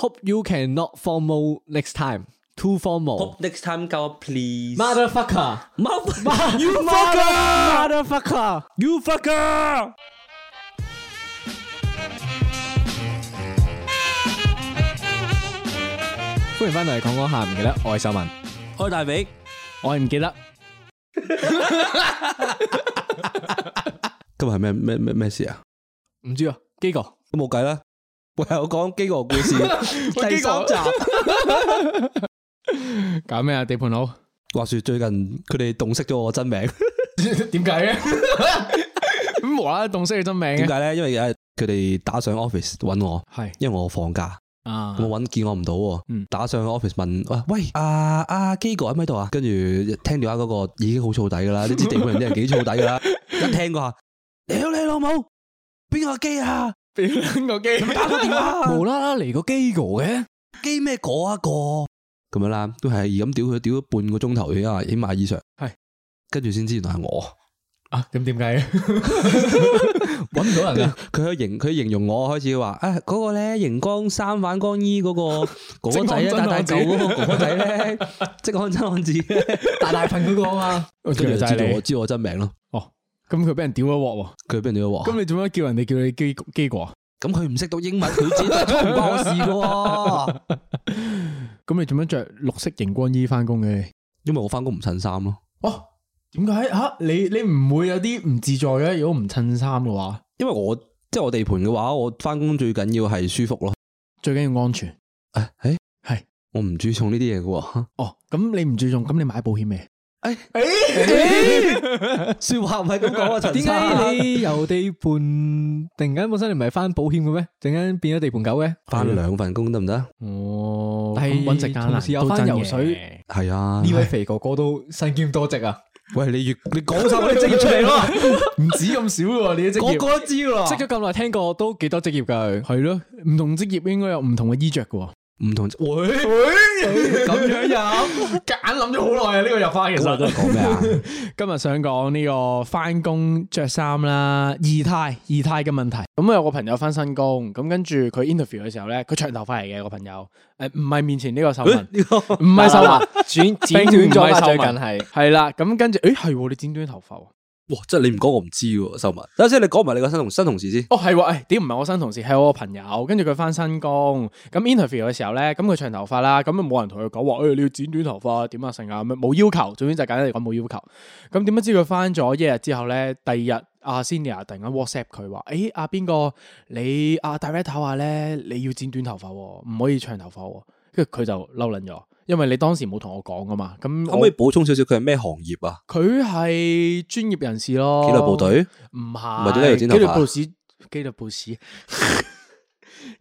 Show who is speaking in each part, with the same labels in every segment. Speaker 1: Hope you can not formal next time. Too formal.
Speaker 2: Hope next time 夠啊，please。
Speaker 1: Motherfucker.
Speaker 2: Mother- you fucker!
Speaker 1: Mother- Motherfucker.
Speaker 2: You fucker!
Speaker 1: Chào mừng các bạn đến với Hàm Kỳ Lắc, tôi là Sầu Mình.
Speaker 2: 我係大髀，
Speaker 1: Tôi không nhớ.
Speaker 3: 今日係咩咩咩咩事啊？
Speaker 1: Không biết. Cái gì?
Speaker 3: 都冇計啦。 喂，我講飢餓故 事第 三集。
Speaker 1: Làm gì vậy, địa bàn佬?
Speaker 3: 話說最近佢哋洞悉咗我真名，
Speaker 1: Điểm cái? Không vô là động sắc cái tên miệng.
Speaker 3: 點解咧？因為誒佢哋打上 office 揾我，
Speaker 1: Là.
Speaker 3: 因為我放假，
Speaker 1: À.
Speaker 3: 咁我揾見我唔到喎
Speaker 1: 嗯，
Speaker 3: 打上 office 問啊喂啊啊飢餓喺唔喺度啊？跟住聽電話嗰個已經好燥底噶 啦，你知地盤人啲人幾燥底噶啦，一聽嗰下，屌你老母，邊個機啊？
Speaker 1: Bị lăng cái game.
Speaker 3: 打個電話啊
Speaker 1: Vô la la lại cái cái gì cái?
Speaker 3: 機咩嗰一個咁樣啦，都係咁屌佢屌咗半個鐘頭起碼起碼以上，
Speaker 1: 係
Speaker 3: 跟住先知原來係我。
Speaker 1: À, điểm điểm cái?
Speaker 3: 揾唔到人啊！佢去形佢形容我開始話啊，嗰、個咧熒光衫反光衣嗰、 個哥哥仔咧，啊
Speaker 1: 正
Speaker 3: 大
Speaker 1: 安
Speaker 3: 大
Speaker 1: 真漢子
Speaker 3: 舊嗰個哥哥仔咧， 即安真漢子咧，
Speaker 1: Đại đại phun cái cái mà. Cái
Speaker 3: 跟住
Speaker 1: là
Speaker 3: 就知
Speaker 1: tại
Speaker 3: 道
Speaker 1: bạn.
Speaker 3: 我知道我真名咯。
Speaker 1: Ồ, cái nó bị người điếu một vọt.
Speaker 3: 佢俾人哋話，
Speaker 1: 咁你做乜叫人哋叫你基基 果啊？
Speaker 3: 咁佢唔識讀英文，佢自己都唔關我事嘅 喎。
Speaker 1: 咁你做乜着綠色熒光衣翻工嘅？
Speaker 3: 因為我翻工唔襯衫咯，
Speaker 1: 哦，點解吓？你你唔會有啲唔自在嘅？如果唔襯衫嘅話，
Speaker 3: 因為我即係我地盤嘅話，我翻工最緊要係舒服咯。
Speaker 1: 最緊要安全。
Speaker 3: 誒、誒，
Speaker 1: 係
Speaker 3: 我唔注重呢啲嘢嘅喎。
Speaker 1: 哦，咁你唔注重，咁你買保險未？
Speaker 3: 誒
Speaker 1: 誒，
Speaker 3: 説話唔係咁講啊，陳
Speaker 1: 點解你由地盤突然間本身你唔係翻保險嘅咩？突然間變咗地盤狗嘅？
Speaker 3: 翻兩份工得唔得？
Speaker 2: 哦
Speaker 1: 但係
Speaker 2: 搵食艱
Speaker 1: 同
Speaker 2: 難
Speaker 1: 時有翻游水，
Speaker 3: 係啊，
Speaker 1: 呢位肥哥哥都身兼多職啊！
Speaker 3: 喂，你越你講
Speaker 1: 晒我啲職業出嚟 咯，唔止咁少喎，你啲職業。
Speaker 3: 個都知㗎啦
Speaker 1: 識咗咁耐，聽過都幾多職業㗎佢。係咯，唔同職業應該有唔同嘅衣着嘅喎。
Speaker 3: 唔同，喂，
Speaker 1: 咁樣有， 夾硬諗咗好耐啊！呢個入花其
Speaker 3: 咁我都
Speaker 1: 實。
Speaker 3: 講咩啊？
Speaker 1: 今日想講呢個翻工着衫啦，儀態儀態嘅問題。咁啊有個朋友翻新工，咁跟住佢 interview 嘅時候咧，佢長頭髮嚟嘅個朋友，誒唔係面前 呢個秀文，
Speaker 3: 呢個
Speaker 1: 唔係秀 文，
Speaker 2: 剪
Speaker 1: 剪短咗啦最近
Speaker 2: 係
Speaker 1: 係啦。咁跟住，誒係喎，你剪短頭髮喎。
Speaker 3: 哇，真係你唔講我唔知喎，秀文。等陣先，你講埋你個新同新同事先。
Speaker 1: 哦，係喎，誒，點唔係我新同事，係我個朋友，跟住佢翻新工，咁 interview 嘅時候咧，咁佢長頭髮啦，咁冇人同佢講話，誒、你要剪短頭髮啊點啊成啊咁樣，冇要求，總之就簡單嚟講冇要求。咁點不知佢翻咗一日之後咧，第二日阿 senior 突然間 WhatsApp 佢話，誒阿邊個你阿 director 話咧，你要剪短頭髮喎，唔可以長頭髮喎，跟住佢就嬲撚咗，因為你當時冇同我講噶嘛，咁
Speaker 3: 可唔可以
Speaker 1: 我
Speaker 3: 補充少少佢係咩行業啊？
Speaker 1: 佢係專業人士咯，
Speaker 3: 紀律部隊
Speaker 1: 唔係，
Speaker 3: 唔係點解要剪頭
Speaker 1: 紀
Speaker 3: 髮
Speaker 1: 律部士，紀律部士，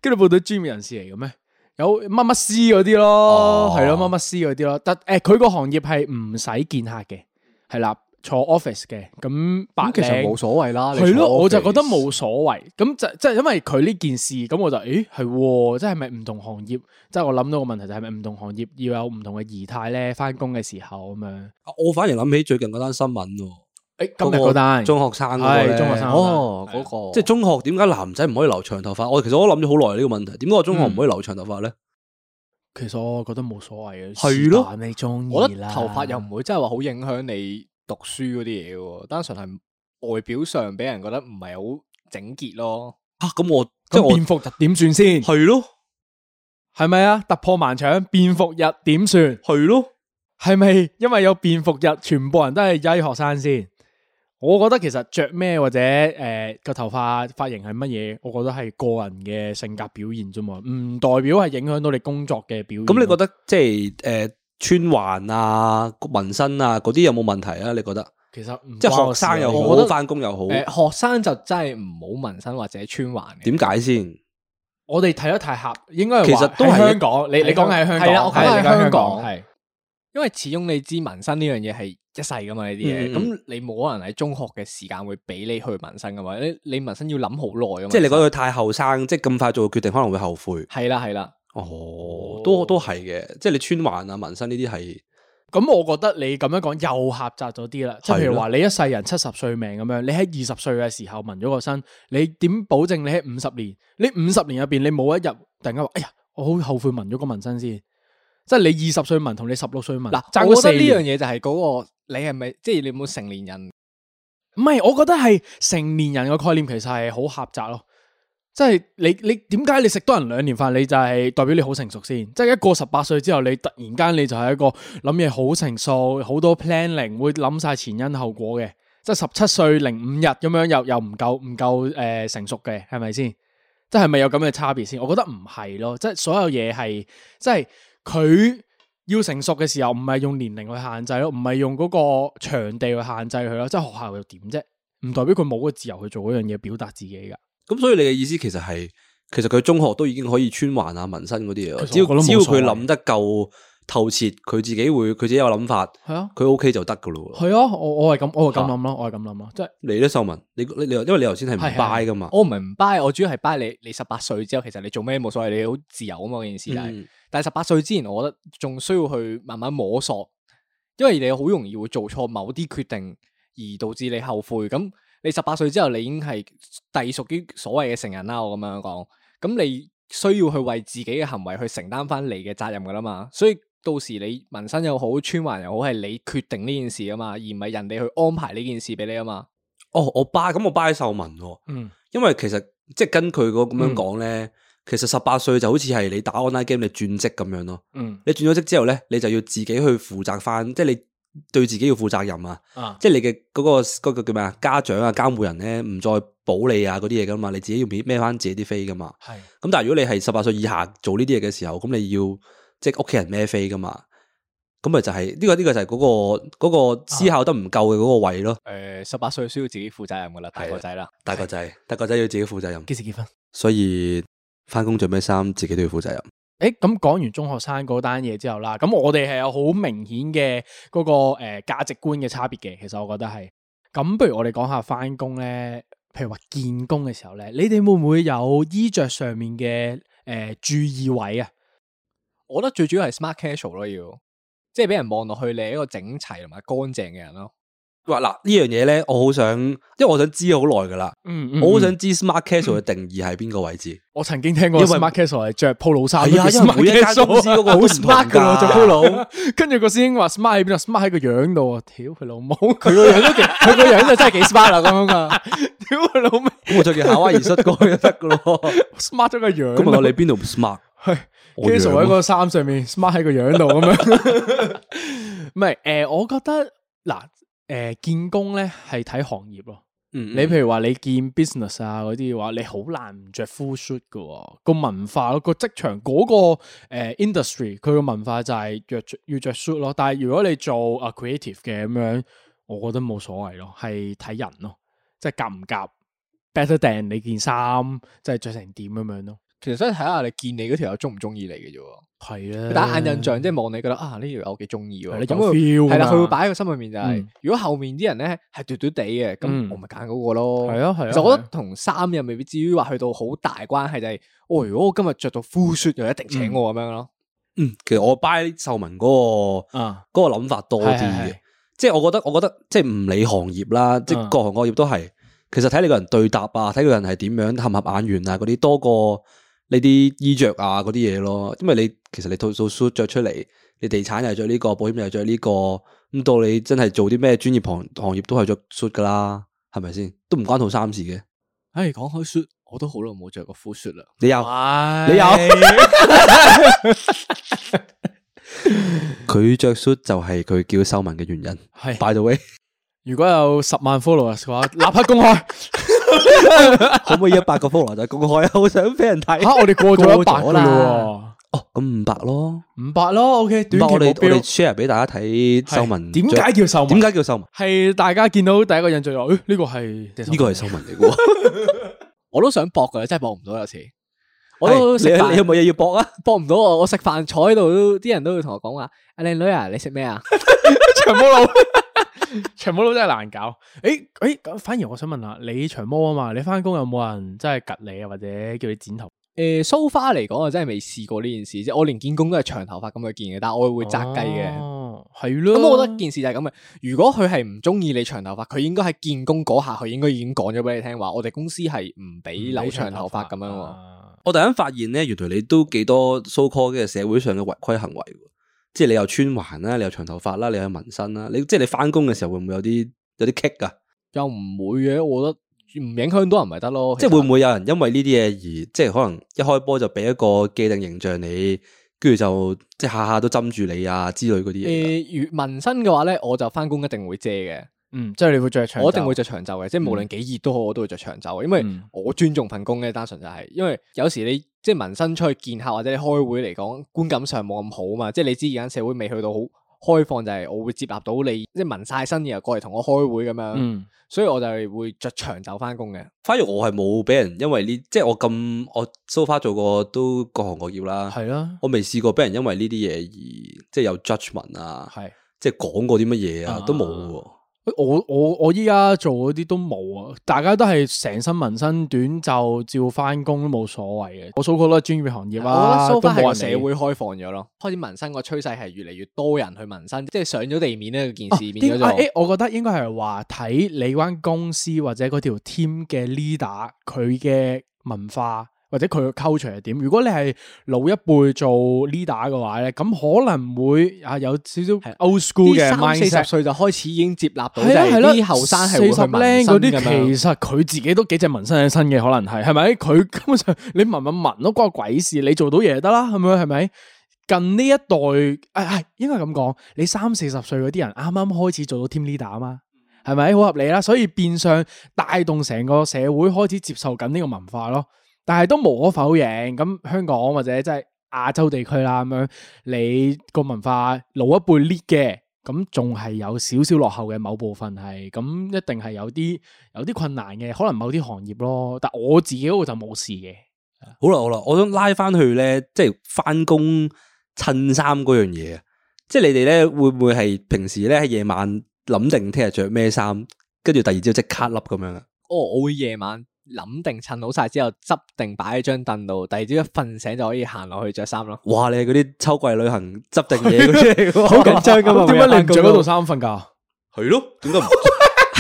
Speaker 1: 紀律部隊專業人士嚟嘅咩？有乜乜師嗰啲咯
Speaker 3: 哦，
Speaker 1: 係咯，乜乜師嗰啲咯。但誒，佢個行業係唔使見客嘅，係啦，坐 office 嘅，咁白
Speaker 2: 咁其實
Speaker 1: 領
Speaker 2: 冇所謂啦。你
Speaker 1: 係咯，
Speaker 2: 坐
Speaker 1: 我就覺得
Speaker 2: office
Speaker 1: 冇所謂。咁就即係因為佢呢件事，咁我就誒係喎，即係咪唔同行業？即係我諗到個問題就係咪唔同行業要有唔同嘅儀態咧？翻工嘅時候咁樣。
Speaker 3: 我反而諗起最近嗰單新聞喎，
Speaker 1: 誒，今日
Speaker 3: 嗰個
Speaker 1: 嗰單
Speaker 3: 中學生嗰個咧
Speaker 1: 係中學生
Speaker 3: 哦，
Speaker 1: 係啊
Speaker 3: 嗰個即係中學點解男仔唔可以留長頭髮？我其實我都諗咗好耐呢個問題，點解我中學唔可以留長頭髮咧？
Speaker 1: 其實我覺得冇所謂嘅，
Speaker 3: 係咯
Speaker 1: 是但你中意
Speaker 2: 我覺得
Speaker 1: 啦。
Speaker 2: 頭髮又唔會真係話好影響你讀書嗰啲嘢嘅喎，單純係外表上俾人覺得唔係好整潔咯。
Speaker 3: 啊，咁我即係
Speaker 1: 咁
Speaker 3: 我
Speaker 1: 蝙蝠日點算先？
Speaker 3: 係咯
Speaker 1: 係咪啊？突破盲腸，蝙蝠日點算？
Speaker 3: 係咯，
Speaker 1: 係咪 因為有蝙蝠日，全部人都係曳學生先？我覺得其實着咩或者誒個、頭髮髮型係乜嘢，我覺得係個人嘅性格表現啫嘛，唔代表係影響到你工作嘅表現。
Speaker 3: 咁你覺得即係誒穿環啊、紋身啊嗰啲有冇問題啊？你覺得？
Speaker 1: 其實唔
Speaker 3: 即係
Speaker 1: 關
Speaker 3: 學
Speaker 1: 我
Speaker 2: 啊
Speaker 1: 事
Speaker 3: 生又
Speaker 1: 我
Speaker 3: 好，
Speaker 1: 覺得
Speaker 3: 翻工又好，
Speaker 2: 誒、學生就真係唔好紋身或者穿環嘅，
Speaker 3: 點解先？
Speaker 1: 我哋睇得太狹，應該係話
Speaker 3: 其實都係
Speaker 1: 喺香港。你你講係喺香港，
Speaker 2: 係啊啦我覺
Speaker 1: 係
Speaker 2: 得係
Speaker 1: 你講
Speaker 2: 香港
Speaker 1: 係
Speaker 2: 因為始終你知紋身呢樣嘢係一世噶嘛呢啲嘢，
Speaker 3: 嗯嗯
Speaker 2: 咁你冇可能喺中學嘅時間會俾你去紋身噶嘛，你你紋身要諗好耐噶嘛。
Speaker 3: 即係你
Speaker 2: 其
Speaker 3: 覺
Speaker 2: 實
Speaker 3: 得佢太後生，即係咁快做決定，可能會後悔。
Speaker 2: 係啦係啦，
Speaker 3: 哦，都都係嘅，即係你穿環啊、紋身呢啲係
Speaker 1: 咁我覺得你咁樣講又狹窄咗啲啦，即係譬如話你一世人七十歲命咁樣，你喺二十歲嘅時候紋咗個身，你點保證你喺五十年？你五十年入邊你冇一日突然間話，哎呀，我好後悔紋咗個紋身先，即係你二十歲紋同你十六歲紋，
Speaker 2: 嗱，
Speaker 1: 爭咗
Speaker 2: 我覺
Speaker 1: 四
Speaker 2: 得呢樣
Speaker 1: 年。
Speaker 2: 嘢就係嗰個你係咪即係你有冇成年人
Speaker 1: 唔係，我覺得係成年人嘅概念其實係好狹窄咯。即係你你點解你食多人兩年飯，你就係代表你好成熟先？即係一過十八歲之後，你突然間你就係一個諗嘢好成熟，好多 planning，會諗晒前因後果嘅。即係十七歲零五日咁樣又又唔夠唔夠誒、呃成熟嘅，係咪先？即係咪有咁嘅差別先？我覺得唔係咯，即係所有嘢係即係佢要成熟嘅時候，唔係用年齡去限制咯，唔係用嗰個場地去限制佢咯。即係學校又點啫？唔代表佢冇個自由去做嗰樣嘢，表達自己噶。
Speaker 3: 咁，所以你嘅意思其實係其實佢中學都已經可以穿環啊、紋身嗰啲嘢咯，
Speaker 1: 其實
Speaker 3: 只要
Speaker 1: 我覺得冇
Speaker 3: 只要
Speaker 1: 所
Speaker 3: 佢
Speaker 1: 謂
Speaker 3: 諗得夠透徹，佢自己會佢自己有諗法，
Speaker 1: 係啊，
Speaker 3: 佢 OK 就得噶咯喎。
Speaker 1: 係啊，我我係咁，我係咁諗咯，我係咁諗咯，即係
Speaker 3: 你咧，秀文，你你你因為你頭先係唔
Speaker 1: 係係
Speaker 3: buy 噶嘛？
Speaker 2: 我唔係唔 buy，我主要係 buy 你。你十八歲之後，其實你做咩冇所謂，你好自由啊嘛。嗰件事就係，
Speaker 3: 嗯
Speaker 2: 但係十八歲之前，我覺得仲需要去慢慢摸索，因為你好容易會做錯某啲決定，而導致你後悔。咁你十八歲之後，你已經係隸屬於所謂嘅成人啦。我咁樣講，咁你需要去為自己嘅行為去承擔翻你嘅責任噶啦嘛。所以到時你紋身又好，穿環又好，係你決定呢件事啊嘛，而唔係人哋去安排呢件事俾你啊嘛。
Speaker 3: 哦，我 buy 咁我 buy 秀文喎，
Speaker 1: 嗯，
Speaker 3: 因為其實即係跟佢個咁樣講咧，其實十八歲就好似係你打 online game 你轉職咁樣咯。
Speaker 1: 嗯
Speaker 3: 你轉咗職之後咧，你就要自己去負責翻，即係你對自己要負責任啊！
Speaker 1: 啊，
Speaker 3: 即係你嘅嗰、個嗰個叫咩啊？家長啊、監護人咧唔再保你啊嗰啲嘢噶嘛，你自己要孭孭翻自己啲飛噶嘛。
Speaker 1: 係
Speaker 3: 咁但係如果你係十八歲以下做呢啲嘢嘅時候，咁你要即係屋企人孭飛噶嘛。咁咪就係、呢、個呢、個就係嗰、個嗰、個思考得唔夠嘅嗰個位咯。
Speaker 2: 誒、十八歲需要自己負責任噶啦，大
Speaker 3: 係
Speaker 2: 個
Speaker 3: 啊
Speaker 2: 仔啦。
Speaker 3: 大個仔，大個仔要自己負責任，
Speaker 1: 幾時結婚？
Speaker 3: 所以翻工着咩衫自己都要負責任。
Speaker 1: 誒，咁講完中學生嗰單嘢之後啦，咁我哋係有好明顯嘅嗰個誒價值觀嘅差別嘅，其實我覺得係。咁不如我哋講下翻工咧，譬如話見工嘅時候咧，你哋會唔會有衣着上面嘅誒、呃注意位啊？
Speaker 2: 我覺得最主要係 smart casual 咯，要即係俾人望落去你係一個整齊同埋乾淨嘅人咯。
Speaker 3: 哇！嗱呢樣嘢咧，我好想，因為我想知好耐噶啦，
Speaker 1: 嗯
Speaker 3: 我好想知 smart casual 嘅定義係邊個位置。
Speaker 1: 我曾經聽過
Speaker 3: 因為
Speaker 1: smart casual 係着 polo 衫，
Speaker 3: 係啊
Speaker 1: 都叫
Speaker 3: 因為每一間
Speaker 1: smart
Speaker 3: 公司嗰個
Speaker 1: casual 好
Speaker 3: 都唔同
Speaker 1: smart 噶
Speaker 3: 㗎啊
Speaker 1: 喎，着 polo。跟住個師兄話 smart 喺邊度？smart 喺個樣度啊！屌佢老母，佢個樣都幾， 佢個樣就真係幾 smart 啦咁樣啊！ 屌佢老味
Speaker 3: 咁我着件夏威夷恤過去就得 噶咯。
Speaker 1: ，smart 咗個樣。
Speaker 3: 咁問我你邊度唔 smart？
Speaker 1: 係
Speaker 3: 我
Speaker 1: casual 喺
Speaker 3: 樣啊
Speaker 1: 個衫上面，smart 喺個樣度咁樣。 唔係誒，我覺得嗱誒見工咧係睇行業咯。
Speaker 3: 你
Speaker 1: 你譬如話你見 business 啊嗰啲嘅話，你好難唔着 full suit 嘅喎。個文化咯，個職場嗰、個、呃 industry 佢個文化就係着要着 suit 咯。但係如果你做啊 creative 嘅咁樣，我覺得冇所謂咯，係睇人咯，即係夾唔夾 better than 你件衫，即係着成點咁樣咯。
Speaker 2: 其實真係睇下你見你嗰條友中唔中意你嘅啫喎。
Speaker 1: 係啊
Speaker 2: 佢，打眼印象即係望你覺得啊呢條友幾中意
Speaker 1: 係啦
Speaker 2: 喎，
Speaker 1: 有
Speaker 2: 咁佢
Speaker 1: feel
Speaker 2: 嗯係啦，
Speaker 1: 㗎
Speaker 2: 佢會
Speaker 1: 嘛
Speaker 2: 擺喺個心裏面就係
Speaker 1: 嗯，
Speaker 2: 如果後面啲人咧係嘟嘟地嘅，
Speaker 1: 嗯
Speaker 2: 咁我咪揀嗰個咯。
Speaker 1: 係啊係啊
Speaker 2: 哦其實我覺
Speaker 1: 係啊
Speaker 2: 得同衫又未必至於話去到好大關係，就係哦，如果我今日着到 full suit 就一定請我咁樣咯。
Speaker 3: 嗯，其實我 buy 秀文嗰個
Speaker 1: 啊，
Speaker 3: 嗰個諗法多啲
Speaker 1: 係係係
Speaker 3: 嘅，即係我覺得我覺得即係唔理行業啦，即
Speaker 1: 嗯
Speaker 3: 係各行各業都係，其實睇你個人對答啊，睇個人係點樣合唔合眼緣啊嗰啲多過你啲衣着啊嗰啲嘢咯，因為你其實你套套 suit 着出嚟，你地產又係着呢個，保險又係着呢個，咁到你真係做啲咩專業行行業都係着 suit 噶啦，係咪先？都唔關套衫事嘅，
Speaker 2: 唉，講開 suit，我都好耐冇着過 full suit 啦。
Speaker 3: 你有
Speaker 1: 哇
Speaker 3: 你有 佢着 suit 就係佢叫秀文嘅原因。
Speaker 1: 係
Speaker 3: By the way，
Speaker 1: 如果有十萬 followers 嘅話，立刻公開。
Speaker 3: 可唔可以一百個 follower 就公 開啊？好想俾人睇
Speaker 1: 吓，我哋過咗一百
Speaker 3: 過
Speaker 1: 噶
Speaker 3: 咗啦
Speaker 1: 啦
Speaker 3: 哦，咁五百咯，
Speaker 1: 喎，五百咯，OK，
Speaker 3: 五百
Speaker 1: 短期
Speaker 3: 我
Speaker 1: 目
Speaker 3: 哋我哋
Speaker 1: 標。
Speaker 3: share 俾大家睇秀文着。
Speaker 1: 點解叫秀文？
Speaker 3: 點解叫秀文？
Speaker 1: 係大家見到第一個印象就話，誒呢個係
Speaker 3: 呢個係秀文嚟嘅喎。
Speaker 2: 我都想搏噶，真係搏唔到有時。我都
Speaker 3: 係
Speaker 2: 食
Speaker 3: 你你有
Speaker 2: 飯
Speaker 3: 冇嘢要搏啊？
Speaker 2: 搏唔到我，我食飯坐喺度都啲人都會同我講話：阿靚女啊，你食咩啊？
Speaker 1: 长毛佬， 长毛佬真系难搞。诶诶，咁反而我想问下，你长毛啊嘛，你翻工有冇人真系吉你啊，或者叫你剪头？
Speaker 2: 诶，so far 嚟講，我啊真係未試過呢件事，即系我連見工都係長頭髮咁去見嘅，但系我會扎雞嘅。
Speaker 1: 哦，系咯。
Speaker 2: 咁我覺得件事就係咁嘅，啊如果佢係唔中意你長頭髮，佢應該喺見工嗰下，佢應該已經講咗俾你聽話，我哋公司係唔俾留長頭髮咁樣喎。
Speaker 1: 样。
Speaker 3: 我突然間發現咧，原來你都幾多 so call 嘅社會上嘅違規行為喎，即係你又穿環啦，你又長頭髮啦，你有紋身啦，你即係你翻工嘅時候會唔會有啲有啲啊棘噶？
Speaker 2: 又唔會嘅，我覺得唔影響到人咪得咯。
Speaker 3: 即係會唔
Speaker 2: 會
Speaker 3: 會有人因為呢啲嘢而即係可能一開波就俾一個既定形象你，跟住就即係下下都針住你啊之類嗰啲嘢㗎？
Speaker 2: 诶，如紋身嘅話咧，我就翻工一定會遮嘅，
Speaker 1: 嗯，即系你会着长袖，
Speaker 2: 我一定會着長袖嘅，即係無論幾熱都好，我都會着長袖嘅，因為
Speaker 1: 嗯
Speaker 2: 我尊重份工嘅，單純就係因為有時你即係紋身出去見客或者你開會嚟講，觀感上冇咁好嘛，即係你知而家社會未去到好開放，就係我會接納到你即係紋晒身然後過嚟同我開會咁樣，
Speaker 1: 嗯
Speaker 2: 所以我就係會着長袖翻工嘅。
Speaker 3: 反而我係冇俾人因為呢，即係我咁我 so far 做過都各行各業啦
Speaker 1: 系，啦，
Speaker 3: 我未試過俾人因為呢啲嘢而即係有 judgment 啊，
Speaker 1: 系。
Speaker 3: 即係講過啲乜嘢啊
Speaker 1: 啊，
Speaker 3: 都冇喎。
Speaker 1: 我我我依家做嗰啲都冇啊，大家都係成身紋身短袖照翻工都冇所謂嘅。我數過啦，專業行業啊，
Speaker 2: 我
Speaker 1: 都
Speaker 2: 覺得 so far 係
Speaker 1: 冇
Speaker 2: 個
Speaker 1: 人理
Speaker 2: 社會開放咗咯，開始紋身個趨勢係越嚟越多人去紋身，即係上咗地面呢件
Speaker 1: 啊
Speaker 2: 事變咗
Speaker 1: 點啊
Speaker 2: 就
Speaker 1: 誒我覺得應該係話睇你間公司或者嗰條 team 嘅 leader 佢嘅文化或者佢嘅 culture 係點。如果你係老一輩做 leader 嘅話咧，咁可能會啊有少少 old school 嘅
Speaker 2: 啲三四十
Speaker 1: mindset。
Speaker 2: 歲就開始已經接納到，就
Speaker 1: 係啦啊
Speaker 2: 係
Speaker 1: 係啦，
Speaker 2: 啲後生係會去
Speaker 1: 40
Speaker 2: 紋
Speaker 1: 嗰
Speaker 2: 身
Speaker 1: 啲，
Speaker 2: 咁樣。
Speaker 1: 其實佢自己都幾隻紋身喺身嘅，可能係係咪？佢根本上你紋咪紋咯，關我鬼事！你做到嘢就得啦，咁樣係咪？近呢一代，誒、哎、係應該咁講，你三四十歲嗰啲人啱啱開始做到 team leader 啊嘛，係咪好合理啦？所以變相帶動成個社會開始接受緊呢個文化咯。但係都無可否認，咁香港或者即係亞洲地區啦，咁樣你個文化老一輩 lead 嘅，咁仲係有少少落後嘅某部分係，咁一定係有啲有啲困難嘅，可能某啲行業咯。但我自己嗰個就冇事嘅，
Speaker 3: 好啦好啦，我想拉翻去咧，即系翻工衬衫嗰樣嘢啊！即系你哋咧會唔會係平時咧喺夜晚諗定聽日着咩衫，跟住第二朝即刻笠咁樣啊？
Speaker 2: 哦，我會夜晚諗定襯好晒之後，執定擺喺張凳度，第二朝一瞓醒就可以行落去着衫咯。
Speaker 3: 哇！你係嗰啲秋季旅行執定嘢嗰 啲嚟喎，
Speaker 2: 好緊張㗎嘛
Speaker 1: 點解你唔着嗰
Speaker 2: 每
Speaker 1: 套
Speaker 2: 日
Speaker 1: 衫瞓覺？
Speaker 3: 係咯？點解唔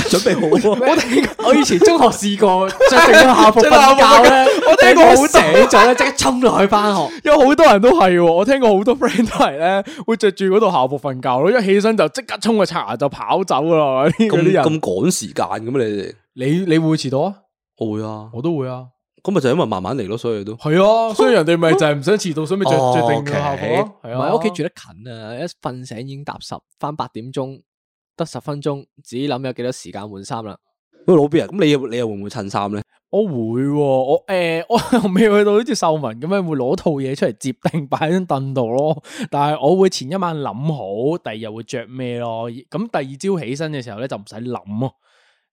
Speaker 3: 準備好啊？
Speaker 2: 我哋 我以前中學試過着定咗校服
Speaker 1: 着定校
Speaker 2: 瞓
Speaker 1: 服
Speaker 2: 覺咧， 我
Speaker 1: 聽過好多
Speaker 2: 醒咗咧，即刻衝落去翻學。
Speaker 1: 有好多人都係喎，我聽過好多 friend 都係咧，會着住嗰套校服瞓覺咯，一起身就即刻衝去刷牙就跑走噶啦，呢嗰
Speaker 3: 咁
Speaker 1: 啲人。
Speaker 3: 咁趕時間嘅咩？你哋
Speaker 1: 你你會遲到啊？
Speaker 3: 我會啊，
Speaker 1: 我都會啊。
Speaker 3: 咁咪就因為慢慢嚟咯，所以都
Speaker 1: 係啊，所以人哋咪就係唔想遲到，所以咪着
Speaker 3: 哦
Speaker 1: 着定個校服咯。係
Speaker 2: 唔
Speaker 1: 啊，
Speaker 2: 係屋企住得近啊，一瞓醒已經搭十，翻八點鐘得十分鐘，自己諗有幾多時間換衫啦。
Speaker 3: 喂老邊啊！咁你又你又會唔會襯衫咧？
Speaker 1: 我會喎，我诶、 我未去到好似秀文咁樣會攞套嘢出嚟接定擺喺張凳度咯。但係我會前一晚諗好，第二日會着咩咯。咁第二朝起身嘅時候咧，就唔使諗咯，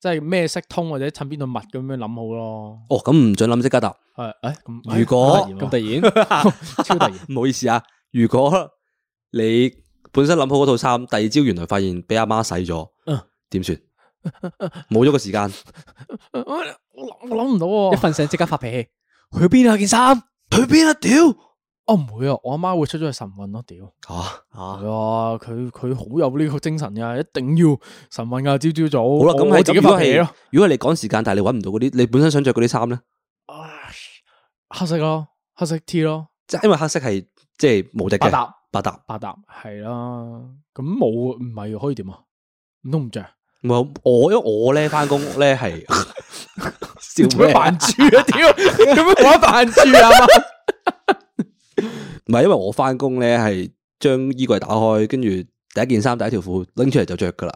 Speaker 1: 即係咩色通或者襯邊度襪咁樣諗好咯。
Speaker 3: 哦，咁唔准諗即刻答。
Speaker 1: 係诶咁，
Speaker 3: 如果
Speaker 1: 咁突
Speaker 2: 咁
Speaker 1: 然
Speaker 2: 突
Speaker 1: 喎
Speaker 2: 然，
Speaker 1: 超突然，
Speaker 3: 唔好意思啊，如果你本身諗好嗰套衫，第二朝原來發現俾阿媽洗咗
Speaker 1: 嗯，
Speaker 3: 點算？冇咗個時間，
Speaker 1: 我諗我諗唔到喎、
Speaker 2: 一瞓醒即刻發脾氣，去邊啊件衫？
Speaker 3: 去邊啊？屌
Speaker 1: 我唔會啊，我阿媽會出咗去晨運咯，屌！
Speaker 3: 啊！
Speaker 1: 係啊，佢佢好有呢個精神噶，一定要晨運噶，朝朝早。
Speaker 3: 好啦，咁
Speaker 1: 我
Speaker 3: 係
Speaker 1: 自己
Speaker 3: 咁如果
Speaker 1: 發脾氣
Speaker 3: 係
Speaker 1: 咯。
Speaker 3: 如果係你趕時間，但係你揾唔到嗰啲，你本身想着嗰啲衫咧，
Speaker 1: 啊黑色咯，黑色 T 咯，
Speaker 3: 即係因為黑色係即係無敵
Speaker 1: 百
Speaker 3: 嘅，
Speaker 1: 搭
Speaker 3: 百搭。
Speaker 1: 百搭系啦。咁冇唔系可以点啊？唔通唔着？
Speaker 3: 我我因為我咧翻工 咧係 笑
Speaker 1: 做
Speaker 3: 咩
Speaker 1: 咩？扮猪啊？屌，做咩玩扮猪啊？
Speaker 3: 唔係因為我翻工咧係將衣櫃打開，跟住第一件衫、第一條褲拎出嚟就着噶啦，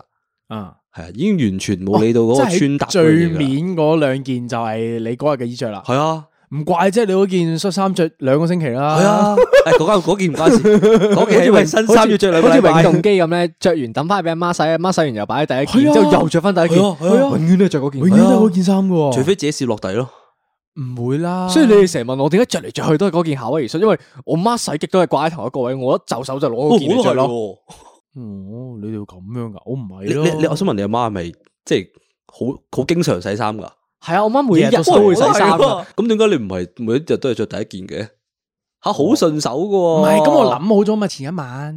Speaker 1: 啊，
Speaker 3: 係啊，已經完全冇理到嗰
Speaker 1: 即
Speaker 3: 個
Speaker 1: 哦係
Speaker 3: 穿搭嗰樣
Speaker 1: 最
Speaker 3: 嘢㗎啦
Speaker 1: 面嗰兩件就係你嗰日嘅衣着啦。
Speaker 3: 係啊。
Speaker 1: 唔怪啫，你嗰件恤衫着兩個星期啦。
Speaker 3: 系啊，诶，嗰間嗰件唔關事，嗰件係因為新衫要着兩個
Speaker 2: 好
Speaker 3: 禮
Speaker 2: 似永
Speaker 3: 拜。
Speaker 2: 動機咁咧，着完抌翻俾阿媽洗，阿媽洗完又擺喺第一
Speaker 1: 係啊
Speaker 2: 件，之後又着翻第一件，
Speaker 3: 係啊係啊
Speaker 2: 永遠都係着嗰件，
Speaker 1: 永遠都係嗰件衫噶。
Speaker 3: 除非自己攝落底咯，
Speaker 1: 唔會啦。
Speaker 2: 所以你哋成日問我點解着嚟着去都係嗰件夏威夷恤，因為我媽洗極都係掛喺同一個位，我一就手就攞
Speaker 3: 哦
Speaker 2: 嗰件嚟着咯。
Speaker 3: 喎
Speaker 1: 哦，你哋會咁樣噶？我唔
Speaker 3: 你
Speaker 1: 係咯。
Speaker 3: 你你，我想問你阿媽係咪即係好好經常洗衫㗎？
Speaker 2: 係啊，我媽每
Speaker 3: 日
Speaker 2: 日
Speaker 3: 日都
Speaker 2: 都會洗衫啊㗎。
Speaker 3: 㗎咁點解你唔係每一日都係着第一件嘅？吓，好順手㗎喎。
Speaker 1: 唔係，咁我
Speaker 3: 哦
Speaker 1: 諗好咗嘛，前一晚。
Speaker 2: 啊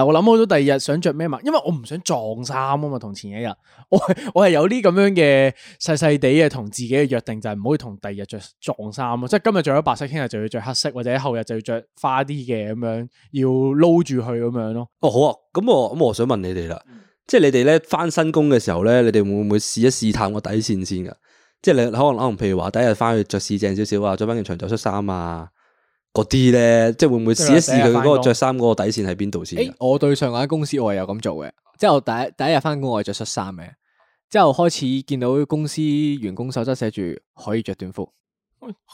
Speaker 1: 係我諗好咗第二日想着咩嘛，因為我唔想撞衫啊嘛，同前一日， 我係我係有啲咁樣嘅細細地嘅同自己嘅約定，就係唔可以同第二日着撞衫啊咯，即係今日着咗白色，聽日就要着黑色，或者後日就要着花啲嘅咁樣，要撈住佢咁樣咯。
Speaker 3: 哦，好啊，咁我咁我想問你哋啦，
Speaker 1: 嗯
Speaker 3: 即係你哋咧翻新工嘅時候咧，你哋會唔會試一試探個底線先噶？即係你可能可能譬如話第一日翻去着試正少少啊，着翻件長袖恤衫啊，嗰啲咧，即係會唔會試一試佢嗰個着衫嗰個底線喺邊度先啊
Speaker 2: 誒
Speaker 3: 㗎？，
Speaker 2: 我對上間公司我係有咁做嘅，即係我第一第一日翻工我係着恤衫嘅，之後開始見到公司員工守則寫住可以着短褲，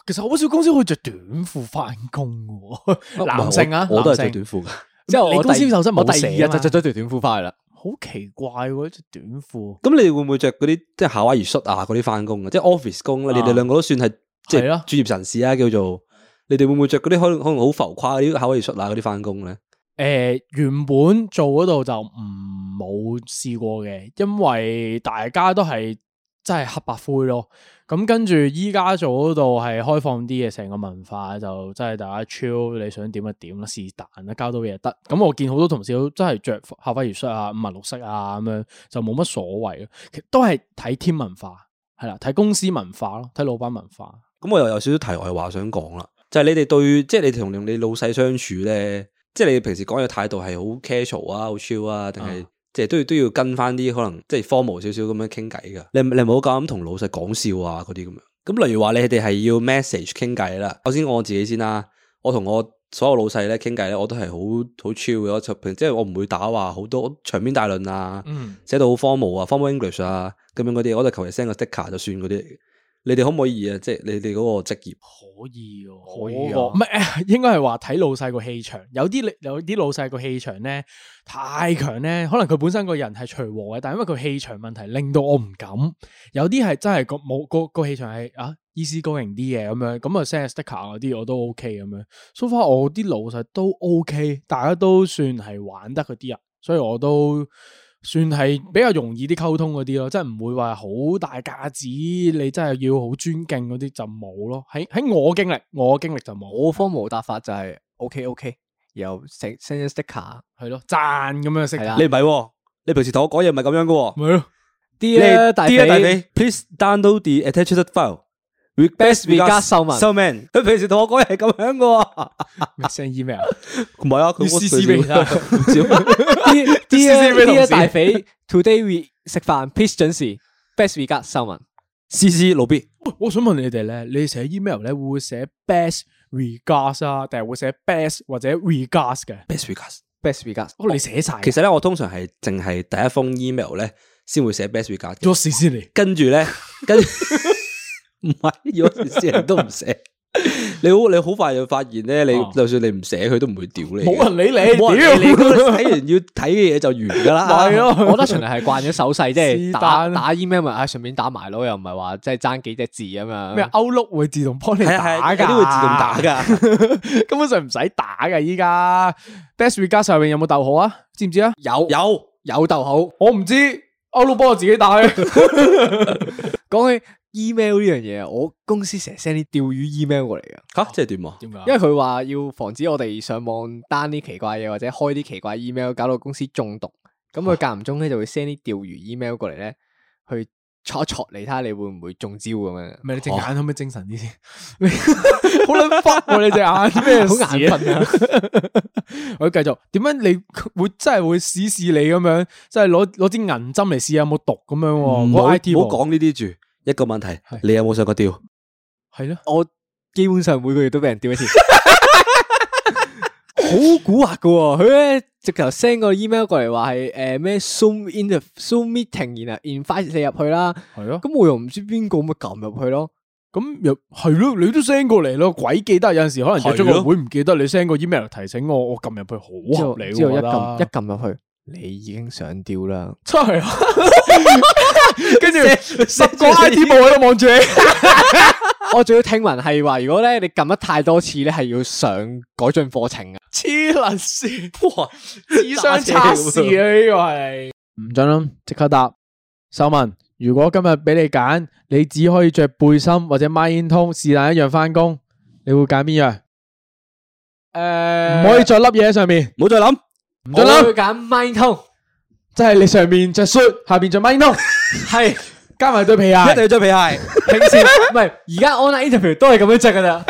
Speaker 1: 其實好少公司可以着短褲翻工 嘅，男性啊，
Speaker 3: 我我都係
Speaker 1: 男性
Speaker 3: 着短褲噶。
Speaker 2: 之後我
Speaker 1: 你公司
Speaker 2: 第
Speaker 1: 守則冇
Speaker 2: 我第
Speaker 1: 寫
Speaker 2: 二
Speaker 1: 啊
Speaker 2: 日
Speaker 1: 嘛
Speaker 2: 就着咗條短褲翻嚟啦。
Speaker 1: 好奇怪喎，着短褲。
Speaker 3: 咁你哋會唔會着嗰啲即係夏威夷恤啊嗰啲翻工啊？即係 office 工咧？你
Speaker 1: 啊
Speaker 3: 哋兩個都算係即係
Speaker 1: 係啊
Speaker 3: 專業人士啊，叫做你哋會唔會着嗰啲可能可能好浮誇嗰啲夏威夷恤啊嗰啲翻工咧？
Speaker 1: 诶、原本做嗰度就唔冇試過嘅，因為大家都係真係黑白灰咯。咁跟住依家做嗰度係開放啲嘅，成個文化就真係大家 chill，你想點就點啦，是但啦，交到嘢就得。咁我見好多同事都真係着夏威夷恤啊、五顏六色啊咁樣，就冇乜所謂咯。其實都係睇天文化，係啦，睇公司文化咯，睇老闆文化。
Speaker 3: 咁我又有少少題外話想講啦，就係、你哋對即係你同你老細相處咧，即係你平時講嘢態度係好 casual 啊，好 chill 啊，定係
Speaker 1: 啊
Speaker 3: 即係都要都要跟翻啲可能即係 formal 少少咁樣傾偈噶。你你冇咁同老細講笑啊嗰啲咁樣。咁例如話你哋係要 message 傾偈啦，首先我自己先啦，我同我所有老細咧傾偈咧，我都係好好 chill 嘅，我就平即係我唔會打話好多長篇大論啊。
Speaker 1: 嗯，
Speaker 3: 寫到好 formal 啊，formal English 啊，咁樣嗰啲，我就求其 send 個 sticker 就算嗰啲嚟嘅。你哋可唔可以啊？即係你哋嗰個職業，
Speaker 1: 可以喎，
Speaker 2: 可以啊
Speaker 1: 我唔係應該係話睇老細個氣場。有啲你有啲老細個氣場咧太強咧，可能佢本身個人係隨和嘅，但係因為佢氣場問題令到我唔敢。有啲係真係個冇個個氣場係啊意思高型啲嘅咁樣，咁啊 send sticker 嗰啲我都 OK 咁樣。so far 我啲老細都 OK，大家都算係玩得嗰啲人，所以我都。算係比較容易啲溝通嗰啲咯，即係唔會話好大架子，你真係要好尊敬嗰啲就冇咯。喺喺我經歷，我經歷就冇，
Speaker 2: 我方無答法就係 OK OK，然後 send send 張 sticker
Speaker 1: 係咯，讚咁樣識
Speaker 2: 係啦
Speaker 3: 你唔係喎，你平時同我講嘢唔係咁樣嘅喎。
Speaker 1: 咪咯，
Speaker 3: 你
Speaker 2: 啲啊
Speaker 3: 係
Speaker 2: 大
Speaker 3: Dear 大
Speaker 2: 髀，
Speaker 3: 髀，please download the attached file。Request
Speaker 2: Best
Speaker 3: regards
Speaker 2: regards 秀 文
Speaker 3: 秀文，佢平時同我講嘢係咁樣嘅喎。
Speaker 1: 咩 send email
Speaker 3: 唔係啊， 佢
Speaker 1: 要 CC 俾
Speaker 3: 佢
Speaker 2: 啊
Speaker 3: 照
Speaker 2: 啲啲
Speaker 1: CC
Speaker 2: 啊
Speaker 1: 俾同
Speaker 2: 啲啊
Speaker 1: 事
Speaker 2: 大髀，Today we 食飯，please 準時，best regard 秀文。
Speaker 3: CC 老 B。
Speaker 1: 喂我想問你哋咧，你寫 email 咧會唔會寫 best regards 啊，定係會寫 best 或者 regards 嘅？
Speaker 3: Best regards。
Speaker 2: best regards，
Speaker 1: 哦，你寫晒嘅，
Speaker 3: 其實咧，我通常係淨係第一封 email 咧，先會寫 best regards 嘅。
Speaker 1: 咗事先嚟，
Speaker 3: 跟住咧，跟 唔係有時啲人都唔寫。你好，你好快就發現咧，你
Speaker 1: 哦
Speaker 3: 就算你唔寫，佢都唔會屌你嘅。
Speaker 1: 冇人理你，
Speaker 3: 冇人理你，
Speaker 1: 屌
Speaker 3: 睇完要睇嘅嘢就完噶 啦。
Speaker 1: 係咯
Speaker 2: 我覺得純係慣咗手勢，即係
Speaker 1: 是
Speaker 2: 打
Speaker 1: 但
Speaker 2: 打 email 咪唉順便打埋咯，又唔係話即係爭幾隻字咁樣。
Speaker 1: 咩啊歐 o 會自動幫你
Speaker 3: 係啊係啊
Speaker 1: 打㗎，
Speaker 3: 有啲會自動打㗎。
Speaker 1: 根本上唔使打㗎。依家 best regards 上面有冇逗號啊？知唔知啊？
Speaker 2: 有
Speaker 3: 有
Speaker 2: 有逗好。
Speaker 1: 我唔知，歐老幫我自己打
Speaker 2: 講起 email 呢樣嘢，我公司成日 send 啲釣魚 email 過嚟嘅，
Speaker 3: 吓，即係點啊？
Speaker 1: 點解
Speaker 2: 因為佢話要防止我哋上網 down 啲奇怪嘢或者開啲奇怪 email，搞到公司中毒。咁
Speaker 1: 啊
Speaker 2: 佢間唔中咧就會 send 啲釣魚 email 過嚟咧，去戳一戳你睇下你會唔會中招咁樣。哦
Speaker 1: 唔係你隻眼可唔可以精神啲先？你哦 好撚忽喎你隻眼咩事？
Speaker 2: 好眼瞓
Speaker 1: 啊！ 我繼續點樣？你會真係會試試你咁樣，即係攞攞支銀針嚟試下有冇毒咁樣喎？
Speaker 3: 唔
Speaker 1: 嗰個
Speaker 3: 好唔好
Speaker 1: I T 喎，
Speaker 3: 講呢啲住。一個問題
Speaker 1: 係，
Speaker 3: 你有冇上過吊？
Speaker 1: 係咯，
Speaker 2: 我基本上每個月都俾人 屌一次。好蠱惑噶喎，佢咧直頭 send 個 email 過嚟話係誒咩 Zoom in the Zoom meeting，然後 invite 你入去啦。
Speaker 1: 係咯。
Speaker 2: 咁我又唔知邊個咁咪撳入去咯。
Speaker 1: 咁又係咯，你都 send 過嚟咯，鬼記得有陣時可能約咗
Speaker 3: 係
Speaker 1: 個
Speaker 3: 咯
Speaker 1: 會唔記得你 send 個 email 提醒我，我撳入去
Speaker 2: 之
Speaker 1: 好
Speaker 2: 後
Speaker 1: 合理喎。
Speaker 2: 之後
Speaker 1: 我
Speaker 2: 一
Speaker 1: 覺得
Speaker 2: 撳一撳入去，你已經上吊啦。
Speaker 1: 真係啊！跟住十個 I T 部喺度望住你，
Speaker 2: 我仲要聽聞係話，如果咧你撳得太多次咧，係要上改進課程啊。
Speaker 1: 黐撚線，
Speaker 3: 哇！
Speaker 1: 智商測試啊！呢個係唔準啦，即刻答。秀文，如果今日俾你揀，你只可以着背心或者孖煙通，是但一樣翻工，你會揀邊樣？
Speaker 2: 诶
Speaker 1: 唔可以着粒嘢喺上面，
Speaker 3: 唔好再諗，
Speaker 1: 唔
Speaker 2: 我
Speaker 1: 准
Speaker 2: 會
Speaker 1: 粒，
Speaker 2: 揀 mind 通，
Speaker 1: 即係你上面着 shirt，下边着孖煙通，
Speaker 2: 係
Speaker 1: 加埋對皮
Speaker 3: 一定
Speaker 1: 鞋。
Speaker 3: 要着皮鞋。
Speaker 2: 平時唔係而家 online interview 都係咁樣着噶 咋。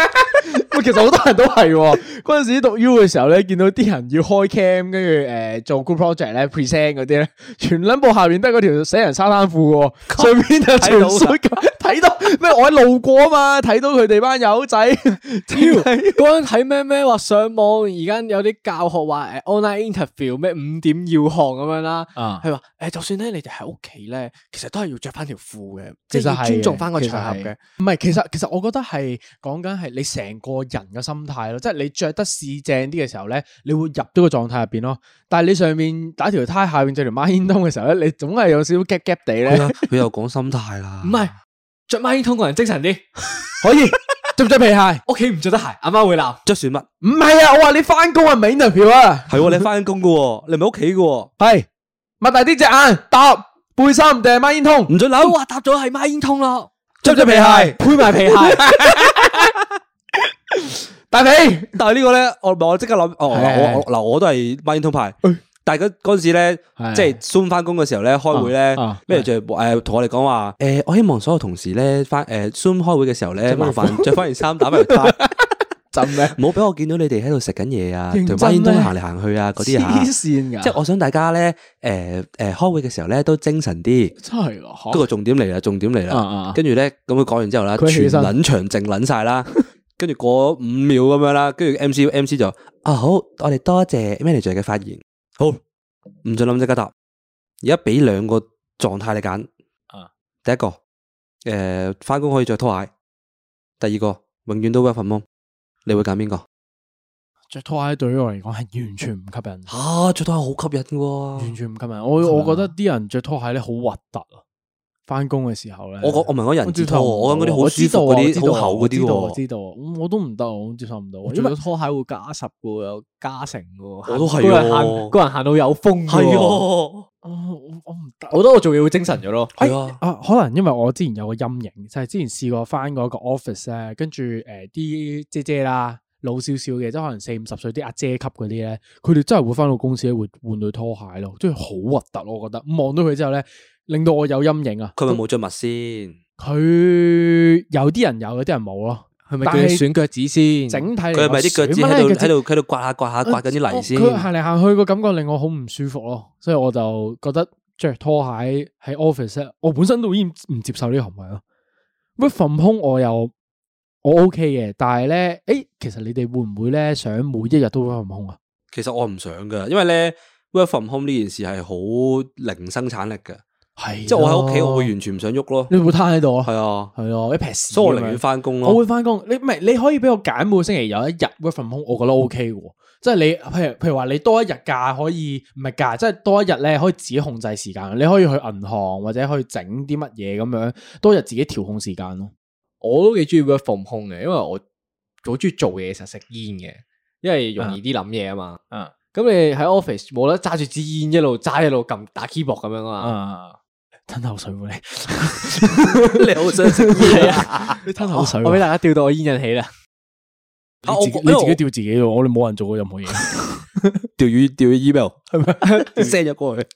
Speaker 1: 喂，其實好多人都係 喎。嗰阵时读 U 嘅時候咧，見到啲人要開 cam，跟住诶做 group project 咧 present 嗰啲咧，全撚部下面得嗰條死人沙灘褲喎， 上面就全 shirt 咁睇到咩？我喺路過啊嘛，睇到佢哋班友仔。
Speaker 2: 屌，嗰陣睇咩咩話上網，而家有啲教學話誒 online interview 咩五點要項咁樣啦，
Speaker 1: 啊
Speaker 2: 佢話誒就算咧你哋喺屋企咧，其實都係要着翻條褲嘅，即
Speaker 1: 其實
Speaker 2: 係要
Speaker 1: 係
Speaker 2: 尊重翻個
Speaker 1: 其實
Speaker 2: 場合
Speaker 1: 係
Speaker 2: 嘅。
Speaker 1: 唔係，其實其實我覺得係講緊係你成個人嘅心態咯，即係你着得試正啲嘅時候咧，你會入到個狀態入邊咯。但係你上面打條呔，下面着條孖煙通嘅時候咧，你總係有少少 gap gap 地
Speaker 3: 佢
Speaker 1: 咧。
Speaker 3: 又佢又講心態啦，
Speaker 2: 唔係着孖煙通個人精神啲，
Speaker 1: 可以着唔着皮鞋？
Speaker 2: 屋企唔着得鞋，阿媽會鬧。
Speaker 3: 着船襪
Speaker 1: 唔係啊，我話你翻工係咪 interview 啊？
Speaker 3: 係喎，你翻工噶喎，你唔係屋企噶喎，
Speaker 1: 係擘大啲隻眼，搭背心定係孖煙通？
Speaker 3: 唔准
Speaker 2: 都
Speaker 3: 諗，
Speaker 2: 話答咗係孖煙通咯，
Speaker 3: 着唔着皮鞋？
Speaker 2: 配埋皮鞋。
Speaker 1: 大髀
Speaker 3: 但係呢個咧，我我即刻諗，哦，我
Speaker 1: 係係
Speaker 3: 我我嗱，我都係孖煙通派
Speaker 1: 哎，
Speaker 3: 但係嗰嗰陣時咧，
Speaker 1: 係
Speaker 3: 即係 Zoom 翻工嘅時候咧，開會咧
Speaker 1: 啊啊，
Speaker 3: 咩就誒同我哋講話，誒，我希望所有同事咧翻誒 Zoom 開會嘅時候咧，麻煩着翻件衫打翻條 呔，
Speaker 1: 真咩？
Speaker 3: 唔好俾我見到你哋喺度食緊嘢啊，
Speaker 1: 認
Speaker 3: 同
Speaker 1: 真
Speaker 3: 孖煙通
Speaker 1: 咩
Speaker 3: 行嚟行去啊，嗰啲啊
Speaker 1: 黐。線㗎！
Speaker 3: 即係我想大家咧，誒誒開會嘅時候咧都精神啲。
Speaker 1: 真係㗎
Speaker 3: 不過
Speaker 1: 嚇
Speaker 3: 重點嚟啦，重點嚟
Speaker 1: 啊
Speaker 3: 啦
Speaker 1: 啊。
Speaker 3: 跟住咧，咁佢講完之後啦，
Speaker 1: 佢起
Speaker 3: 全
Speaker 1: 身
Speaker 3: 撚場靜撚 晒啦。跟住過五秒咁樣啦，跟住 M C M C 就啊好，我哋多謝 manager 嘅發言。好，唔准諗即刻答。而家俾兩個狀態你揀。
Speaker 2: 啊，
Speaker 3: 第一個誒翻工可以着拖鞋。第二個永遠都 work from home。你會揀邊個？
Speaker 1: 着拖鞋對於我嚟講係完全唔吸引。
Speaker 3: 啊，着拖鞋好吸引嘅喎
Speaker 1: 完全唔吸引。我我覺得啲人着拖鞋咧好核突啊！翻工嘅時候咧，
Speaker 3: 我講我唔係講人字
Speaker 1: 接
Speaker 3: 拖，
Speaker 1: 受唔
Speaker 3: 我講嗰
Speaker 1: 到
Speaker 3: 啲好
Speaker 1: 我
Speaker 3: 舒
Speaker 1: 知道啊
Speaker 3: 服嗰
Speaker 1: 我知道
Speaker 3: 啲，好厚嗰啲
Speaker 1: 我
Speaker 3: 喎。
Speaker 1: 知道啊，我知道啊我都唔得，我接受唔到啊。
Speaker 2: 因
Speaker 1: 因
Speaker 2: 為
Speaker 1: 為
Speaker 2: 拖鞋會加十個喎，加成嘅喎。
Speaker 3: 我都係
Speaker 2: 個人
Speaker 3: 喎
Speaker 2: 行，個人行到有風嘅
Speaker 3: 係
Speaker 2: 喎。
Speaker 3: 喎，
Speaker 1: 啊我我唔得。
Speaker 2: 我覺得我做嘢會精神咗咯。
Speaker 3: 係啊，
Speaker 1: 啊，可能因為我之前有個陰影，就係、之前試過翻嗰個 office 咧，跟住誒啲姐姐啦，老少少嘅，即係可能四五十歲啲阿姐級嗰啲咧，佢哋真係會翻到公司咧會換對拖鞋咯，即係好核突咯，我覺得。望到佢之後咧，令到我有陰影啊。
Speaker 3: 佢咪冇着襪先？
Speaker 1: 佢有啲人有，有啲人冇咯。
Speaker 2: 係
Speaker 1: 但係
Speaker 2: 選腳趾先
Speaker 1: 整體
Speaker 3: 佢係咪啲腳趾喺度喺度喺度刮下刮下啊刮緊啲泥先？
Speaker 1: 哦佢行嚟行去個感覺令我好唔舒服咯，所以我就覺得着拖鞋喺 office 咧，我本身都已經唔接受呢個行為咯。work from home 我又我 OK 嘅，但係咧，誒，其實你哋會唔會咧想每一日都 work from home 啊？
Speaker 3: 其實我唔想噶，因為咧 work from home 呢件事係好零生產力嘅，
Speaker 1: 係，
Speaker 3: 即係我喺屋企我會完全唔想喐咯。
Speaker 1: 哎你會攤喺度啊？
Speaker 3: 係啊，
Speaker 1: 係咯，一撇屎咁樣。
Speaker 3: 所以我寧願翻工
Speaker 1: 我
Speaker 3: 咯
Speaker 1: 會。翻工，你唔係你可以俾我揀每個星期有一日 work from home，我覺得 O K 嘅喎。即係你，譬如譬如話你多一日假可以，唔係假，即係多一日咧可以自己控制時間，你可以去銀行或者去整啲乜嘢咁樣，多一日自己調控時間咯。
Speaker 2: 我都幾中意 work from home 嘅，因為我好中意做嘢嘅時候食煙嘅，因為容易啲諗嘢啊嘛。
Speaker 1: 嗯
Speaker 2: 咁你喺 office 冇得揸住支煙一路揸一路撳打 keyboard 咁樣啊嘛。
Speaker 1: 啊，吞口水喎你，
Speaker 3: 你好想食嘢啊？
Speaker 1: 你吞口水
Speaker 2: 我俾
Speaker 1: 喎，
Speaker 2: 大家吊到我煙癮起啦。
Speaker 3: 啊
Speaker 1: 你自己
Speaker 3: 我
Speaker 1: 你自
Speaker 3: 因為
Speaker 1: 己
Speaker 3: 我
Speaker 1: 吊自己喎，我哋冇人做過任何嘢。
Speaker 3: 釣魚釣魚 email 係咪 send 咗 過去？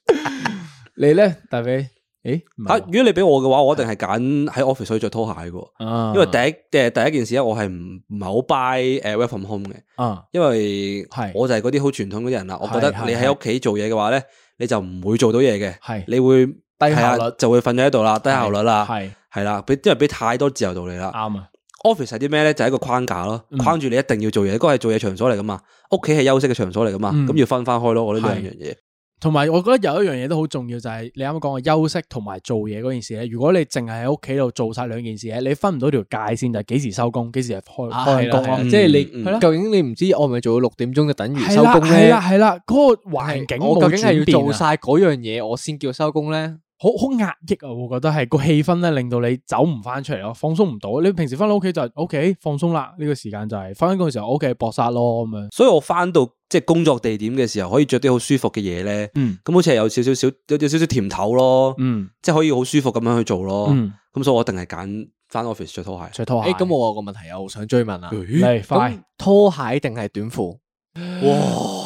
Speaker 1: 你咧，大肥，誒，唔
Speaker 3: 啊！
Speaker 1: 係
Speaker 3: 如果你俾我嘅話，我一定係揀喺 office 可以着拖鞋嘅，
Speaker 1: 喎啊
Speaker 3: 因為第一誒第一件事咧，我係唔唔係好 buy 誒 work from home 嘅。
Speaker 1: 啊
Speaker 3: 因為
Speaker 1: 係
Speaker 3: 我就係嗰啲好傳統嗰啲人啦，我覺得
Speaker 1: 係係
Speaker 3: 你喺屋企做嘢嘅話咧，你就唔會做到嘢嘅，
Speaker 1: 係
Speaker 3: 你啊會低
Speaker 1: 效率
Speaker 3: 就會瞓咗喺度啦，低效率啦，
Speaker 1: 係
Speaker 3: 係啦，俾因為俾太多自由度你啦。
Speaker 1: 啱啊，嗯
Speaker 3: office 係啲咩咧？就係一個框架咯，框住你一定要做嘢，嗰個係做嘢場所嚟噶嘛，屋企係休息嘅場所嚟噶嘛，
Speaker 1: 嗯
Speaker 3: 咁要分翻開咯。我呢兩
Speaker 1: 係
Speaker 3: 樣嘢，
Speaker 1: 同埋，我覺得有一樣嘢都好重要，就係、你啱啱講嘅休息同埋做嘢嗰件事咧。如果你淨係喺屋企度做晒兩件事咧，你分唔到條界線，就係幾時收工，幾時係開
Speaker 2: 啊
Speaker 1: 開緊工
Speaker 2: 係啦係
Speaker 1: 咯
Speaker 2: 啦
Speaker 3: 嗯
Speaker 2: 即係
Speaker 3: 嗯
Speaker 2: 你
Speaker 1: 係咯
Speaker 2: 究竟你唔知我係咪做到六點鐘就等於
Speaker 1: 係
Speaker 2: 收
Speaker 1: 啦
Speaker 2: 工
Speaker 1: 係
Speaker 2: 咧
Speaker 1: 啦？係啦，嗰、個環境
Speaker 2: 我究
Speaker 1: 冇
Speaker 2: 竟係
Speaker 1: 轉
Speaker 2: 要做
Speaker 1: 變啊！
Speaker 2: 晒嗰樣嘢我先叫收工咧？
Speaker 1: 好好壓抑啊！我覺得係個氣氛咧，令到你走唔翻出嚟咯，放鬆唔到。你平時翻到屋企就 O、K 放鬆啦，呢、個時間就係翻工嘅時候 O K 搏殺咯咁樣。
Speaker 3: 所以我翻到即係工作地點嘅時候，可以着啲好舒服嘅嘢咧，
Speaker 1: 嗯
Speaker 3: 咁好似係有少少少有有少少甜頭咯，
Speaker 1: 嗯
Speaker 3: 即係可以好舒服咁樣去做咯。
Speaker 1: 嗯，
Speaker 3: 咁所以我一定係揀翻 office 着拖鞋。
Speaker 1: 除拖鞋。
Speaker 2: 诶，咁我有個問題又想追問啦，
Speaker 1: 嚟快
Speaker 2: 咁拖鞋定係短褲？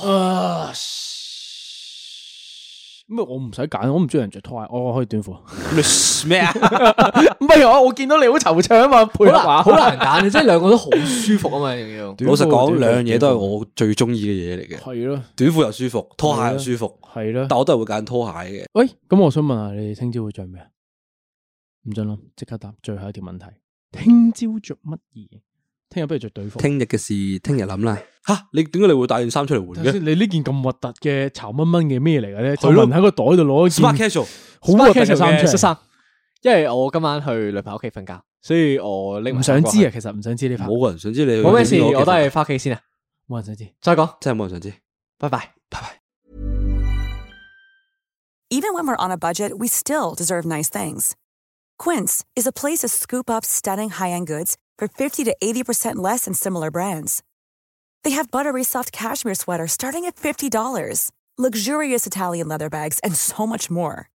Speaker 1: 啊！咁啊我唔使揀，我唔中意人着拖鞋，我可以短褲。
Speaker 3: 咁你 咩啊？
Speaker 1: 唔係我我見到你好惆悵啊嘛，配合
Speaker 2: 好難
Speaker 1: 話
Speaker 2: 好難 揀，即係兩個都好舒服啊嘛，仲 要。
Speaker 3: 老實講，兩樣 嘢都係我最中意嘅嘢嚟嘅。
Speaker 1: 係咯
Speaker 3: 短褲又舒服，拖鞋又舒服，
Speaker 1: 係啊咯。
Speaker 3: 但我都係會揀拖鞋嘅。
Speaker 1: 喂，咁我想問下你哋聽朝會着咩啊？唔准諗，即刻答最後一條問題。聽朝着乜嘢？聽日不如着隊服。
Speaker 3: 聽日嘅事，聽日諗啦。吓，你點解你會帶件衫出嚟換
Speaker 1: 頭先
Speaker 3: 嘅
Speaker 1: 你呢件咁核突嘅巢蚊蚊嘅咩嚟嘅咧？就
Speaker 3: 係咯
Speaker 1: 問喺個袋度攞一件
Speaker 2: 嗯
Speaker 3: ？Smart casual，
Speaker 2: 啊
Speaker 1: 好核突嘅衫出
Speaker 2: 恤
Speaker 1: 嚟，
Speaker 2: 衫，因為我今晚去女朋友屋企瞓覺，所以我拎埋
Speaker 1: 唔想知
Speaker 2: 衫
Speaker 1: 啊，其實唔想知呢排，
Speaker 3: 冇人想知你去
Speaker 2: 過去。冇咩事，
Speaker 3: 邊度
Speaker 2: 我都係翻屋企先啊。
Speaker 1: 冇人想知。
Speaker 2: 再講，
Speaker 3: 真係冇人想知。
Speaker 2: 拜拜。
Speaker 4: Even when we're on a budget, we still deserve nice things. Quince is a place to scoop up stunning high-end goods for 50 to 80% less than similar brands. They have buttery soft cashmere sweaters starting at $50, luxurious Italian leather bags, and so much more.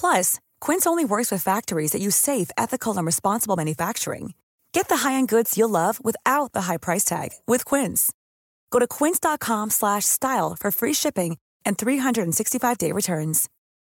Speaker 4: Plus, Quince only works with factories that use safe, ethical, and responsible manufacturing. Get the high-end goods you'll love without the high price tag with Quince. Go to quince.com/style slash style for free shipping and 365-day returns.